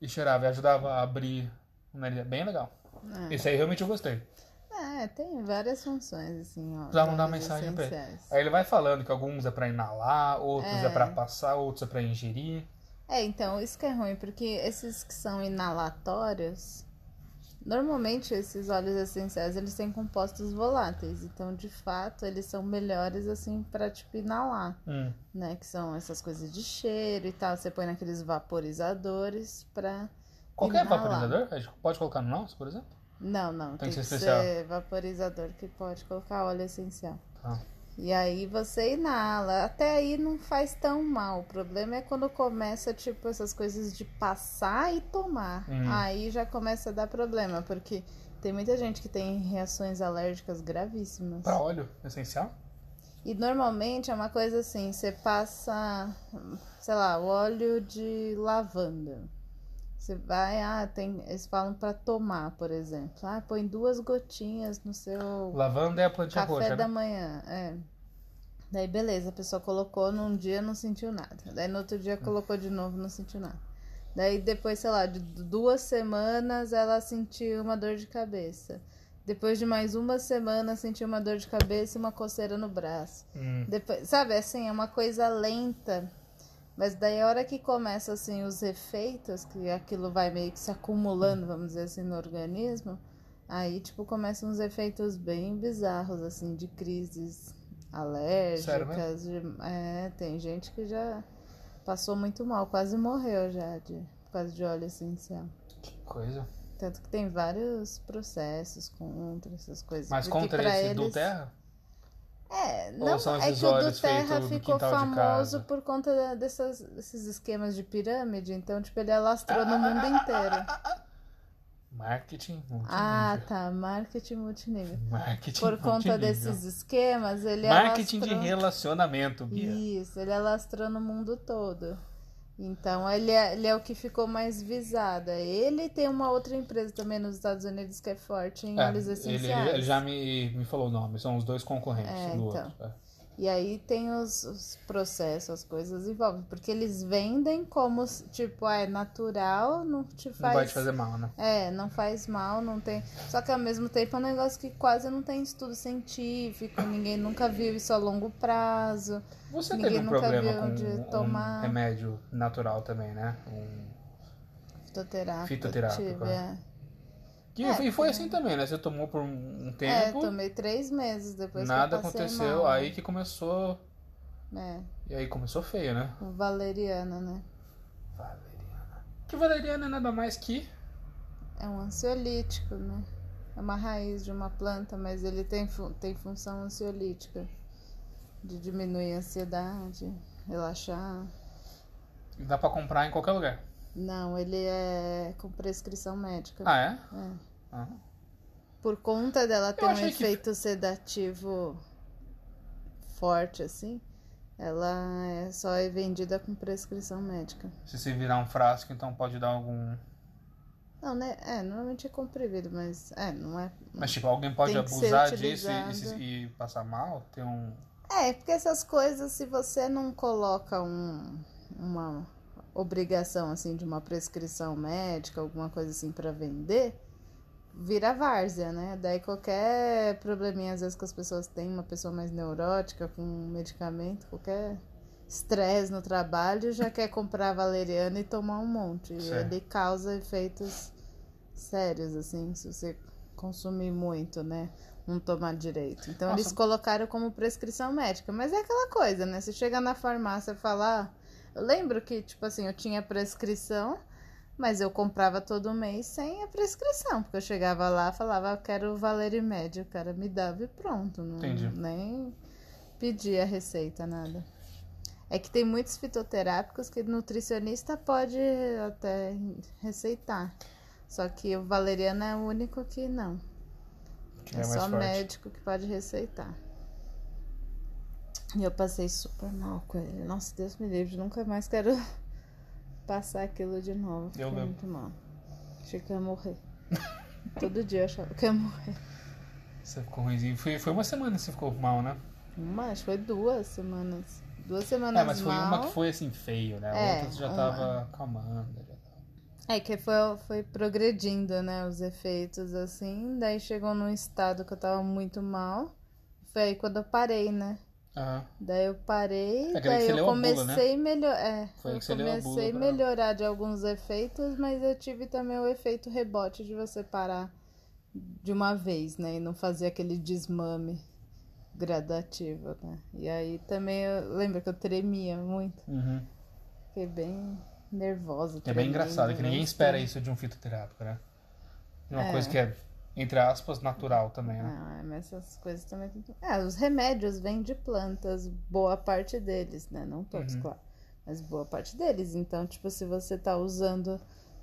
Speaker 1: E cheirava, e ajudava a abrir o nariz. É Bem legal.
Speaker 2: Ah.
Speaker 1: Esse aí realmente eu gostei.
Speaker 2: Ah, tem várias funções, assim, ó.
Speaker 1: Precisava mandar uma
Speaker 2: drogas
Speaker 1: mensagem pra ele.
Speaker 2: essenciais.
Speaker 1: Aí ele vai falando que alguns é pra inalar, outros é,
Speaker 2: É.
Speaker 1: pra passar, outros é pra ingerir.
Speaker 2: É, então, isso que é ruim, porque esses que são inalatórios, normalmente esses óleos essenciais, eles têm compostos voláteis. Então, de fato, eles são melhores, assim, pra, tipo, inalar.
Speaker 1: Hum.
Speaker 2: né? Que são essas coisas de cheiro e tal. Você põe naqueles vaporizadores pra.
Speaker 1: Qualquer
Speaker 2: inalar.
Speaker 1: vaporizador? A gente pode colocar no nosso, por exemplo?
Speaker 2: Não, não.
Speaker 1: Tem
Speaker 2: Tem,
Speaker 1: que
Speaker 2: que
Speaker 1: ser
Speaker 2: ser,
Speaker 1: especial.
Speaker 2: vaporizador que pode colocar óleo essencial.
Speaker 1: Ah.
Speaker 2: E aí você inala. Até aí não faz tão mal. O problema é quando começa, tipo, essas coisas de passar e tomar.
Speaker 1: Hum.
Speaker 2: Aí já começa a dar problema, porque tem muita gente que tem reações alérgicas gravíssimas.
Speaker 1: Pra óleo essencial?
Speaker 2: E normalmente é uma coisa assim, você passa, sei lá, o óleo de lavanda. Você vai, ah, tem, eles falam pra tomar, por exemplo. Ah, põe duas gotinhas no seu
Speaker 1: Lavanda é a plantinha
Speaker 2: café
Speaker 1: roxa,
Speaker 2: da
Speaker 1: né?
Speaker 2: manhã, é. Daí beleza, a pessoa colocou num dia, não sentiu nada. Daí no outro dia colocou de novo, não sentiu nada. Daí depois, sei lá, de du- duas semanas ela sentiu uma dor de cabeça. Depois de mais uma semana sentiu uma dor de cabeça e uma coceira no braço.
Speaker 1: Hum.
Speaker 2: Depois, sabe, assim, é uma coisa lenta. Mas daí a hora que começa assim os efeitos, que aquilo vai meio que se acumulando, vamos dizer assim, no organismo, aí tipo começam uns efeitos bem bizarros assim de crises alérgicas, de- é, tem gente que já passou muito mal, quase morreu já de por causa de óleo essencial.
Speaker 1: Que coisa.
Speaker 2: Tanto que tem vários processos contra essas coisas.
Speaker 1: Mas
Speaker 2: porque
Speaker 1: contra
Speaker 2: pra
Speaker 1: esse do
Speaker 2: eles-
Speaker 1: terra?
Speaker 2: é,
Speaker 1: Ou
Speaker 2: não,
Speaker 1: são
Speaker 2: é
Speaker 1: esses
Speaker 2: que o
Speaker 1: olhos
Speaker 2: do Terra
Speaker 1: feitos no
Speaker 2: ficou
Speaker 1: quintal de casa?
Speaker 2: famoso por conta da- dessas, desses esquemas de pirâmide, então, tipo, ele alastrou no mundo inteiro.
Speaker 1: Marketing multinível.
Speaker 2: Ah, tá, marketing multinível.
Speaker 1: Marketing
Speaker 2: Por conta
Speaker 1: multinível.
Speaker 2: desses esquemas, ele
Speaker 1: Marketing de
Speaker 2: alastrou...
Speaker 1: relacionamento, Bia.
Speaker 2: Isso, ele alastrou no mundo todo. Então, ele é, ele é o que ficou mais visado. Ele tem uma outra empresa também nos Estados Unidos que é forte em
Speaker 1: É,
Speaker 2: óleos
Speaker 1: ele,
Speaker 2: essenciais.
Speaker 1: ele já me, me falou o nome, são os dois concorrentes
Speaker 2: É,
Speaker 1: do
Speaker 2: então.
Speaker 1: outro. É.
Speaker 2: E aí tem os, os processos, as coisas envolvem. Porque eles vendem como, s- tipo, ah, é natural, não te
Speaker 1: Não
Speaker 2: faz.
Speaker 1: vai te fazer mal, né?
Speaker 2: É, não faz mal, não tem. Só que ao mesmo tempo é um negócio que quase não tem estudo científico, ninguém nunca viu isso a longo prazo.
Speaker 1: Você
Speaker 2: Ninguém
Speaker 1: teve um
Speaker 2: nunca
Speaker 1: problema
Speaker 2: viu
Speaker 1: com
Speaker 2: de
Speaker 1: um
Speaker 2: tomar.
Speaker 1: remédio natural também, né? Um...
Speaker 2: Fitoterápico.
Speaker 1: Fitoterápico,
Speaker 2: tive, é.
Speaker 1: Que,
Speaker 2: É,
Speaker 1: e foi assim também, né? Você tomou por um
Speaker 2: É,
Speaker 1: tempo,
Speaker 2: tomei três meses depois
Speaker 1: nada
Speaker 2: que eu passei
Speaker 1: aconteceu,
Speaker 2: mal.
Speaker 1: aí que começou.
Speaker 2: É,
Speaker 1: E aí começou feio, né?
Speaker 2: o valeriana, né?
Speaker 1: Valeriana. Que valeriana é nada mais que.
Speaker 2: É um ansiolítico, né? É uma raiz de uma planta, mas ele tem, fu- tem função ansiolítica de diminuir a ansiedade, relaxar.
Speaker 1: Dá pra comprar em qualquer lugar.
Speaker 2: Não, ele é com prescrição médica.
Speaker 1: Ah, é?
Speaker 2: É.
Speaker 1: Ah.
Speaker 2: Por conta dela ter um
Speaker 1: achei que-
Speaker 2: efeito sedativo forte, assim, ela é só é vendida com prescrição médica.
Speaker 1: Se você virar um frasco, então pode dar algum.
Speaker 2: Não, né? É, normalmente é comprimido, mas é, não é
Speaker 1: Mas tipo, alguém pode
Speaker 2: Tem que ser
Speaker 1: abusar disso e- e, se-
Speaker 2: utilizado.
Speaker 1: e passar mal? Tem um.
Speaker 2: É, porque essas coisas, se você não coloca um- uma obrigação assim de uma prescrição médica, alguma coisa assim pra vender, vira várzea, né? Daí qualquer probleminha às vezes que as pessoas têm, uma pessoa mais neurótica com um medicamento, qualquer estresse no trabalho, já quer comprar valeriana e tomar um monte. E
Speaker 1: Certo.
Speaker 2: ele causa efeitos sérios assim, se você consumir muito, né? Não tomar direito. Então
Speaker 1: Nossa.
Speaker 2: eles colocaram como prescrição médica. Mas é aquela coisa, né? Você chega na farmácia e fala. "Ah, Eu lembro que, tipo assim, eu tinha prescrição, mas eu comprava todo mês sem a prescrição. Porque eu chegava lá falava, "Ah, eu quero o Valerimed. O cara me dava e pronto. Não,
Speaker 1: Entendi.
Speaker 2: nem pedia receita, nada. É que tem muitos fitoterápicos que nutricionista pode até receitar. Só que o valeriano é o único que não.
Speaker 1: Que
Speaker 2: é
Speaker 1: é mais
Speaker 2: só
Speaker 1: forte.
Speaker 2: médico que pode receitar. E eu passei super mal com ele. Nossa, Deus me livre, nunca mais quero passar aquilo de novo. Fiquei
Speaker 1: Eu lembro.
Speaker 2: muito mal. Achei que eu ia morrer. Todo dia eu achava que eu ia morrer.
Speaker 1: Você ficou ruimzinho. Foi, foi uma semana que você ficou mal, né?
Speaker 2: Uma, acho que foi duas semanas. Duas
Speaker 1: É,
Speaker 2: semanas
Speaker 1: mas foi
Speaker 2: mal.
Speaker 1: uma que foi assim, feio, né? A
Speaker 2: É,
Speaker 1: outra você já
Speaker 2: uma.
Speaker 1: tava acalmando. já tá. tava-
Speaker 2: É, que foi, foi progredindo, né, os efeitos, assim. Daí chegou num estado que eu tava muito mal. Foi aí quando eu parei, né?
Speaker 1: Aham.
Speaker 2: Daí eu parei,
Speaker 1: Aquele É que
Speaker 2: daí
Speaker 1: você
Speaker 2: eu
Speaker 1: leu a bula, né?
Speaker 2: comecei a melhorar. É,
Speaker 1: Foi
Speaker 2: eu
Speaker 1: que você leu a bula
Speaker 2: comecei a
Speaker 1: pra ela.
Speaker 2: melhorar de alguns efeitos, mas eu tive também o efeito rebote de você parar de uma vez, né? E não fazer aquele desmame gradativo, né? E aí também eu lembro que eu tremia muito.
Speaker 1: Uhum.
Speaker 2: Fiquei bem nervosa. né?
Speaker 1: É bem engraçado, que ninguém espera isso de um fitoterápico, né? É Uma coisa que é, entre aspas, natural também, né?
Speaker 2: Ah, mas essas coisas também. tem que- Ah, os remédios vêm de plantas, boa parte deles, né? Não todos,
Speaker 1: Uhum.
Speaker 2: claro. Mas boa parte deles. Então, tipo, se você tá usando,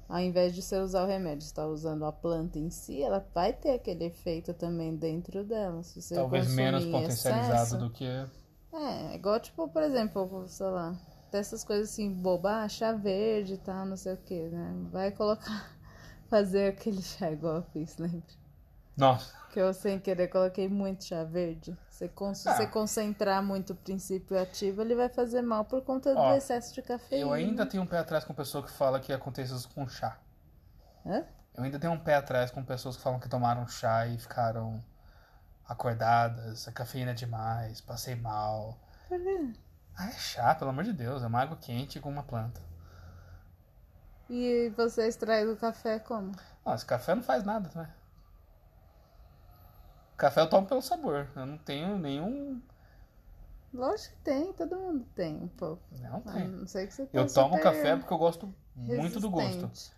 Speaker 2: ao invés de você usar o remédio, você tá usando a planta em si, ela vai ter aquele efeito também dentro dela. Se você
Speaker 1: Talvez
Speaker 2: consumir
Speaker 1: menos
Speaker 2: em
Speaker 1: potencializado
Speaker 2: excesso,
Speaker 1: do que.
Speaker 2: É, é igual, tipo, por exemplo, sei lá, dessas coisas assim, boba, ah, chá verde e tal, não sei o que, né? Vai colocar, fazer aquele chá igual eu fiz, lembra?
Speaker 1: Nossa,
Speaker 2: Que eu, sem querer, coloquei muito chá verde. Você con- Se
Speaker 1: Ah.
Speaker 2: você concentrar muito o princípio ativo, ele vai fazer mal por conta
Speaker 1: Ó,
Speaker 2: do excesso de cafeína.
Speaker 1: eu ainda tenho um pé atrás com pessoa que fala que acontece isso com chá.
Speaker 2: Hã?
Speaker 1: Eu ainda tenho um pé atrás com pessoas que falam que tomaram chá e ficaram acordadas, a cafeína é demais, passei mal.
Speaker 2: Por quê?
Speaker 1: Ah, é chá, pelo amor de Deus, é uma água quente com uma planta.
Speaker 2: E você extrai do café como?
Speaker 1: Não, esse café não faz nada, né? Café eu tomo pelo sabor, eu não tenho nenhum.
Speaker 2: Lógico que tem, todo mundo tem um pouco.
Speaker 1: Não
Speaker 2: A
Speaker 1: tem.
Speaker 2: não sei que você tá
Speaker 1: Eu tomo
Speaker 2: super
Speaker 1: café porque eu gosto muito do gosto.
Speaker 2: resistente.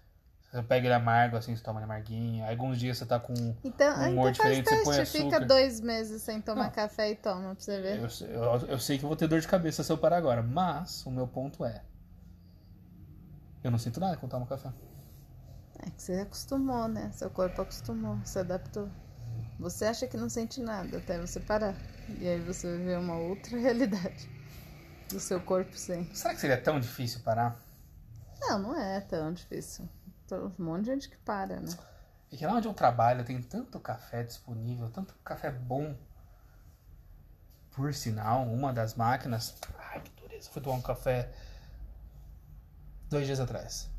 Speaker 1: Você pega ele amargo, assim, você toma ele amarguinho. Aí alguns dias você tá com.
Speaker 2: Então,
Speaker 1: Um
Speaker 2: ah, então
Speaker 1: humor
Speaker 2: faz
Speaker 1: diferente, você põe
Speaker 2: teste,
Speaker 1: açúcar. Ah.
Speaker 2: fica dois meses sem tomar
Speaker 1: Não.
Speaker 2: café e toma pra você ver.
Speaker 1: Eu, eu, eu sei que eu vou ter dor de cabeça se eu parar agora, mas o meu ponto é. Eu não sinto nada quando tomo café.
Speaker 2: É que você acostumou, né? Seu corpo acostumou, se adaptou. Você acha que não sente nada até você parar. E aí você vê uma outra realidade do seu corpo sem.
Speaker 1: Será que seria tão difícil parar?
Speaker 2: Não, não é tão difícil. Tem Um monte de gente que para, né?
Speaker 1: E que lá onde eu trabalho tem tanto café disponível, tanto café bom. Por sinal, uma das máquinas. Ai, que dureza. Fui tomar um café dois dias atrás.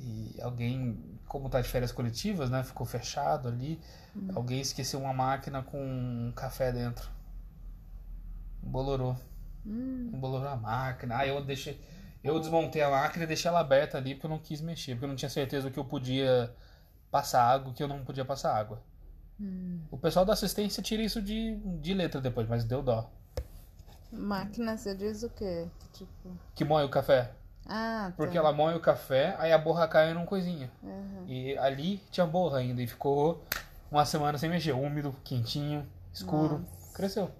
Speaker 1: E alguém, como tá de férias coletivas, né? Ficou fechado ali. Alguém esqueceu uma máquina com um café dentro. Bolorou.
Speaker 2: Hum,
Speaker 1: Embolou a um máquina. Aí eu deixei. Eu desmontei a máquina e deixei ela aberta ali porque eu não quis mexer, porque eu não tinha certeza que eu podia passar água, que eu não podia passar água.
Speaker 2: hum.
Speaker 1: O pessoal da assistência tira isso de, de letra depois, mas deu dó.
Speaker 2: Máquina, você diz o quê? Que tipo.
Speaker 1: Que moe o café.
Speaker 2: Ah, tá.
Speaker 1: Porque ela é moe o café, aí a borra cai num coisinho.
Speaker 2: Aham.
Speaker 1: E ali tinha borra ainda e ficou uma semana sem mexer. Úmido, quentinho, escuro.
Speaker 2: Nossa.
Speaker 1: Cresceu.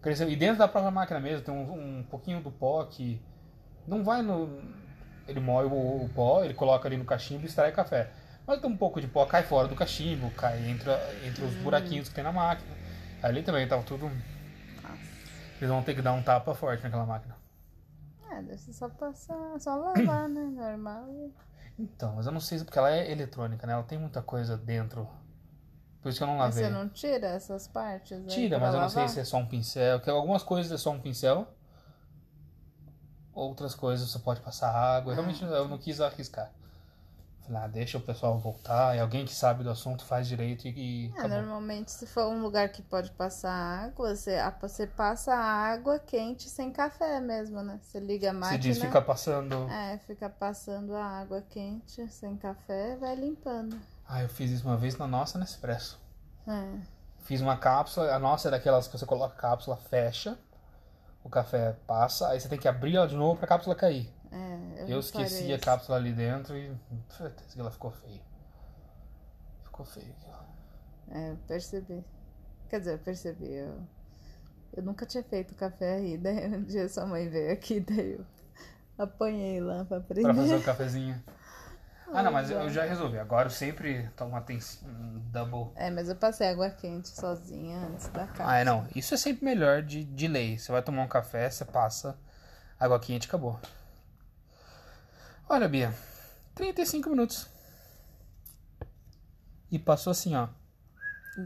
Speaker 1: Cresceu. E dentro da própria máquina mesmo tem um, um pouquinho do pó que não vai no. Ele moe o, o pó, ele coloca ali no cachimbo e extrai café. Mas tem um pouco de pó cai fora do cachimbo, cai entre, entre os buraquinhos que tem na máquina. Ali também tava tudo. Eles vão ter que dar um tapa forte naquela máquina.
Speaker 2: Ah, deve ser só passar, só lavar, né? Normal.
Speaker 1: Então, mas eu não sei se porque ela é eletrônica, né? Ela tem muita coisa dentro. Por isso que eu não
Speaker 2: Mas
Speaker 1: lavei.
Speaker 2: você não tira essas partes? aí
Speaker 1: Tira,
Speaker 2: pra
Speaker 1: mas eu não sei
Speaker 2: lavar?
Speaker 1: se é só um pincel. Que algumas coisas é só um pincel. Outras coisas você pode passar água. Eu
Speaker 2: Ah,
Speaker 1: Realmente eu não quis arriscar. Falei, ah, deixa o pessoal voltar. E alguém que sabe do assunto faz direito e, e
Speaker 2: É,
Speaker 1: acabou.
Speaker 2: normalmente se for um lugar que pode passar água, você, a- você passa água quente sem café mesmo, né? Você liga a
Speaker 1: Você
Speaker 2: máquina.
Speaker 1: diz, fica passando.
Speaker 2: É, fica passando a água quente sem café, vai limpando.
Speaker 1: Ah, eu fiz isso uma vez na nossa Nespresso.
Speaker 2: É.
Speaker 1: Fiz uma cápsula. A nossa é daquelas que você coloca a cápsula, fecha. O café passa. Aí você tem que abrir ela de novo pra cápsula cair.
Speaker 2: É,
Speaker 1: Eu esqueci
Speaker 2: reparei
Speaker 1: a
Speaker 2: isso.
Speaker 1: cápsula ali dentro e com certeza que ela ficou feia. Ficou feia.
Speaker 2: É, eu percebi. Quer dizer, eu percebi. Eu, eu nunca tinha feito café aí, daí um dia sua mãe veio aqui, daí eu apanhei lá pra aprender.
Speaker 1: Pra fazer o um cafezinho.
Speaker 2: calor.
Speaker 1: Ah, não, mas eu já resolvi. Agora eu sempre tomo uma tens- um double.
Speaker 2: É, mas eu passei água quente sozinha antes da casa.
Speaker 1: Ah, é, não. Isso é sempre melhor de, de lei. Você vai tomar um café, você passa água quente e acabou. Olha, Bia. 35 minutos. E passou assim, ó.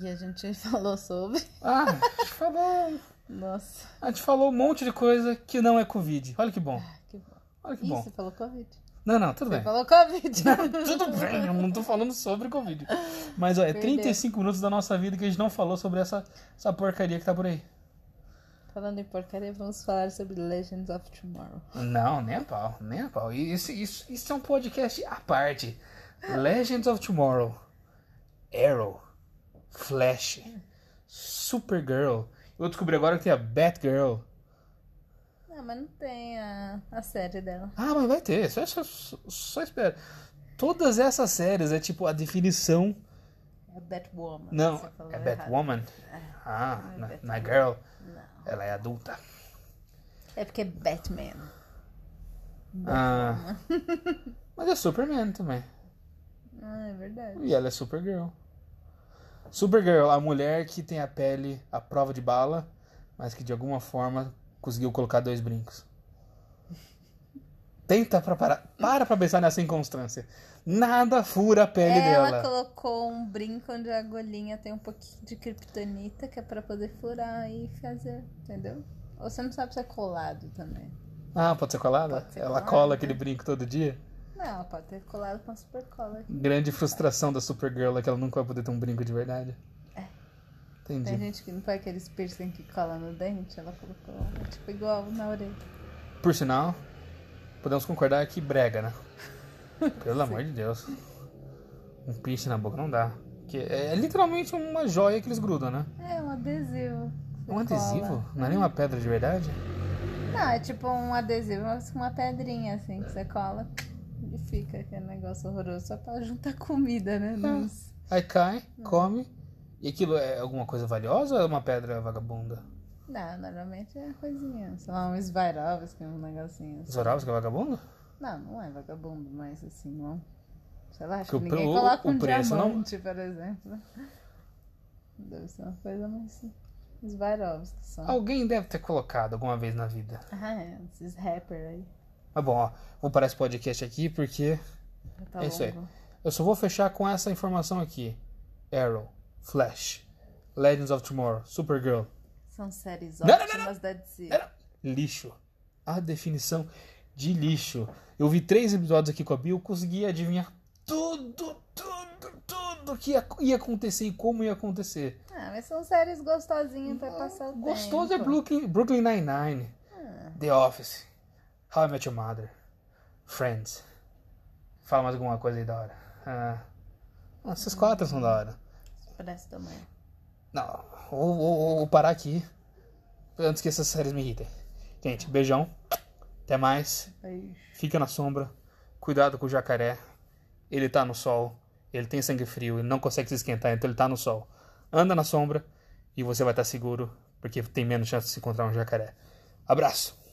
Speaker 2: E a gente falou sobre.
Speaker 1: Ah, a gente falou,
Speaker 2: Nossa,
Speaker 1: a gente falou um monte de coisa que não é Covid. Olha que bom.
Speaker 2: Ah, que bom.
Speaker 1: Olha que
Speaker 2: Ih,
Speaker 1: bom.
Speaker 2: você falou Covid.
Speaker 1: Não, não, tudo
Speaker 2: Você
Speaker 1: bem.
Speaker 2: falou Covid.
Speaker 1: Tudo bem, eu não tô falando sobre Covid. Mas ó, é
Speaker 2: Perdeu.
Speaker 1: 35 minutos da nossa vida que a gente não falou sobre essa, essa porcaria que tá por aí.
Speaker 2: Falando em porcaria, vamos falar sobre Legends of Tomorrow.
Speaker 1: Não, nem a pau, nem a pau. E Isso, isso, isso é um podcast à parte. Legends of Tomorrow, Arrow, Flash, Supergirl. Eu descobri agora que tem a Batgirl.
Speaker 2: Não, mas não tem a, a série dela.
Speaker 1: Ah, mas vai ter, só, só, só- só espera. Todas essas séries é tipo a definição.
Speaker 2: É Batwoman.
Speaker 1: Não,
Speaker 2: você falou
Speaker 1: é
Speaker 2: errado.
Speaker 1: Batwoman. Ah,
Speaker 2: Não é
Speaker 1: na,
Speaker 2: Batwoman.
Speaker 1: na Girl,
Speaker 2: Não.
Speaker 1: ela é adulta.
Speaker 2: É porque é Batman.
Speaker 1: Ah, mas é Superman também.
Speaker 2: Ah, é verdade.
Speaker 1: E ela é Supergirl. Supergirl, a mulher que tem a pele à prova de bala, mas que de alguma forma conseguiu colocar dois brincos. Tenta pra parar. Para pra pensar nessa inconstância. Nada fura a pele
Speaker 2: Ela
Speaker 1: dela.
Speaker 2: colocou um brinco onde a agulhinha tem um pouquinho de kryptonita, que é pra poder furar e fazer, entendeu? Ou você não sabe se é colado também.
Speaker 1: Ah, pode ser colada?
Speaker 2: Pode ser
Speaker 1: ela
Speaker 2: colada. né?
Speaker 1: cola aquele brinco todo dia?
Speaker 2: Não, ela pode ter colado com a super cola.
Speaker 1: Grande frustração da Supergirl é que ela nunca vai poder ter um brinco de verdade.
Speaker 2: É.
Speaker 1: Entendi.
Speaker 2: Tem gente que não põe aqueles piercing que cola no dente, ela colocou, tipo, igual na orelha.
Speaker 1: Por sinal, podemos concordar que brega, né? Pelo amor de Deus. Um piercing na boca não dá. Que é, é literalmente uma joia que eles grudam, né?
Speaker 2: É um adesivo. que
Speaker 1: Um
Speaker 2: você cola.
Speaker 1: adesivo? Não é nem uma pedra de verdade?
Speaker 2: Não, é tipo um adesivo, mas com uma pedrinha assim que você cola e fica aquele negócio horroroso só pra juntar comida,
Speaker 1: Ah.
Speaker 2: né? Nossa.
Speaker 1: Aí cai, come. E aquilo é alguma coisa valiosa ou é uma pedra vagabunda?
Speaker 2: Não, normalmente é coisinha. Sei lá, um esvairovas, que é um negocinho assim.
Speaker 1: Zorovski é vagabundo?
Speaker 2: Não, não é vagabundo, mas assim, não. Sei lá, acho que
Speaker 1: Porque o
Speaker 2: ninguém
Speaker 1: pre-
Speaker 2: coloca
Speaker 1: o
Speaker 2: um
Speaker 1: preço não-
Speaker 2: diamante, por exemplo. Deve ser uma coisa mais. Esvairovas que são.
Speaker 1: Alguém deve ter colocado alguma vez na vida.
Speaker 2: Ah, é, esses rappers aí.
Speaker 1: Mas bom, ó, vou parar esse podcast aqui porque
Speaker 2: Já tá
Speaker 1: É isso aí.
Speaker 2: longo.
Speaker 1: Eu só vou fechar com essa informação aqui: Arrow, Flash, Legends of Tomorrow, Supergirl.
Speaker 2: São séries
Speaker 1: não, não,
Speaker 2: ótimas da DC.
Speaker 1: Lixo. A definição de lixo. Eu vi três episódios aqui com a Bia, eu consegui adivinhar tudo, tudo, tudo que ia, ia acontecer e como ia acontecer.
Speaker 2: Ah, mas são séries gostosinhas pra passar o tempo.
Speaker 1: Gostoso
Speaker 2: então.
Speaker 1: é Brooklyn, Brooklyn Nine-Nine, The Office, How I Met Your Mother, Friends. Fala mais alguma coisa aí da hora. Ah, ah, essas quatro são da hora.
Speaker 2: Parece também.
Speaker 1: Não, vou, vou- vou parar aqui antes que essas séries me irritem. Gente, beijão. Até mais. Fica na sombra. Cuidado com o jacaré. Ele tá no sol. Ele tem sangue frio. Ele não consegue se esquentar, então ele tá no sol. Anda na sombra e você vai estar seguro, porque tem menos chance de se encontrar um jacaré. Abraço!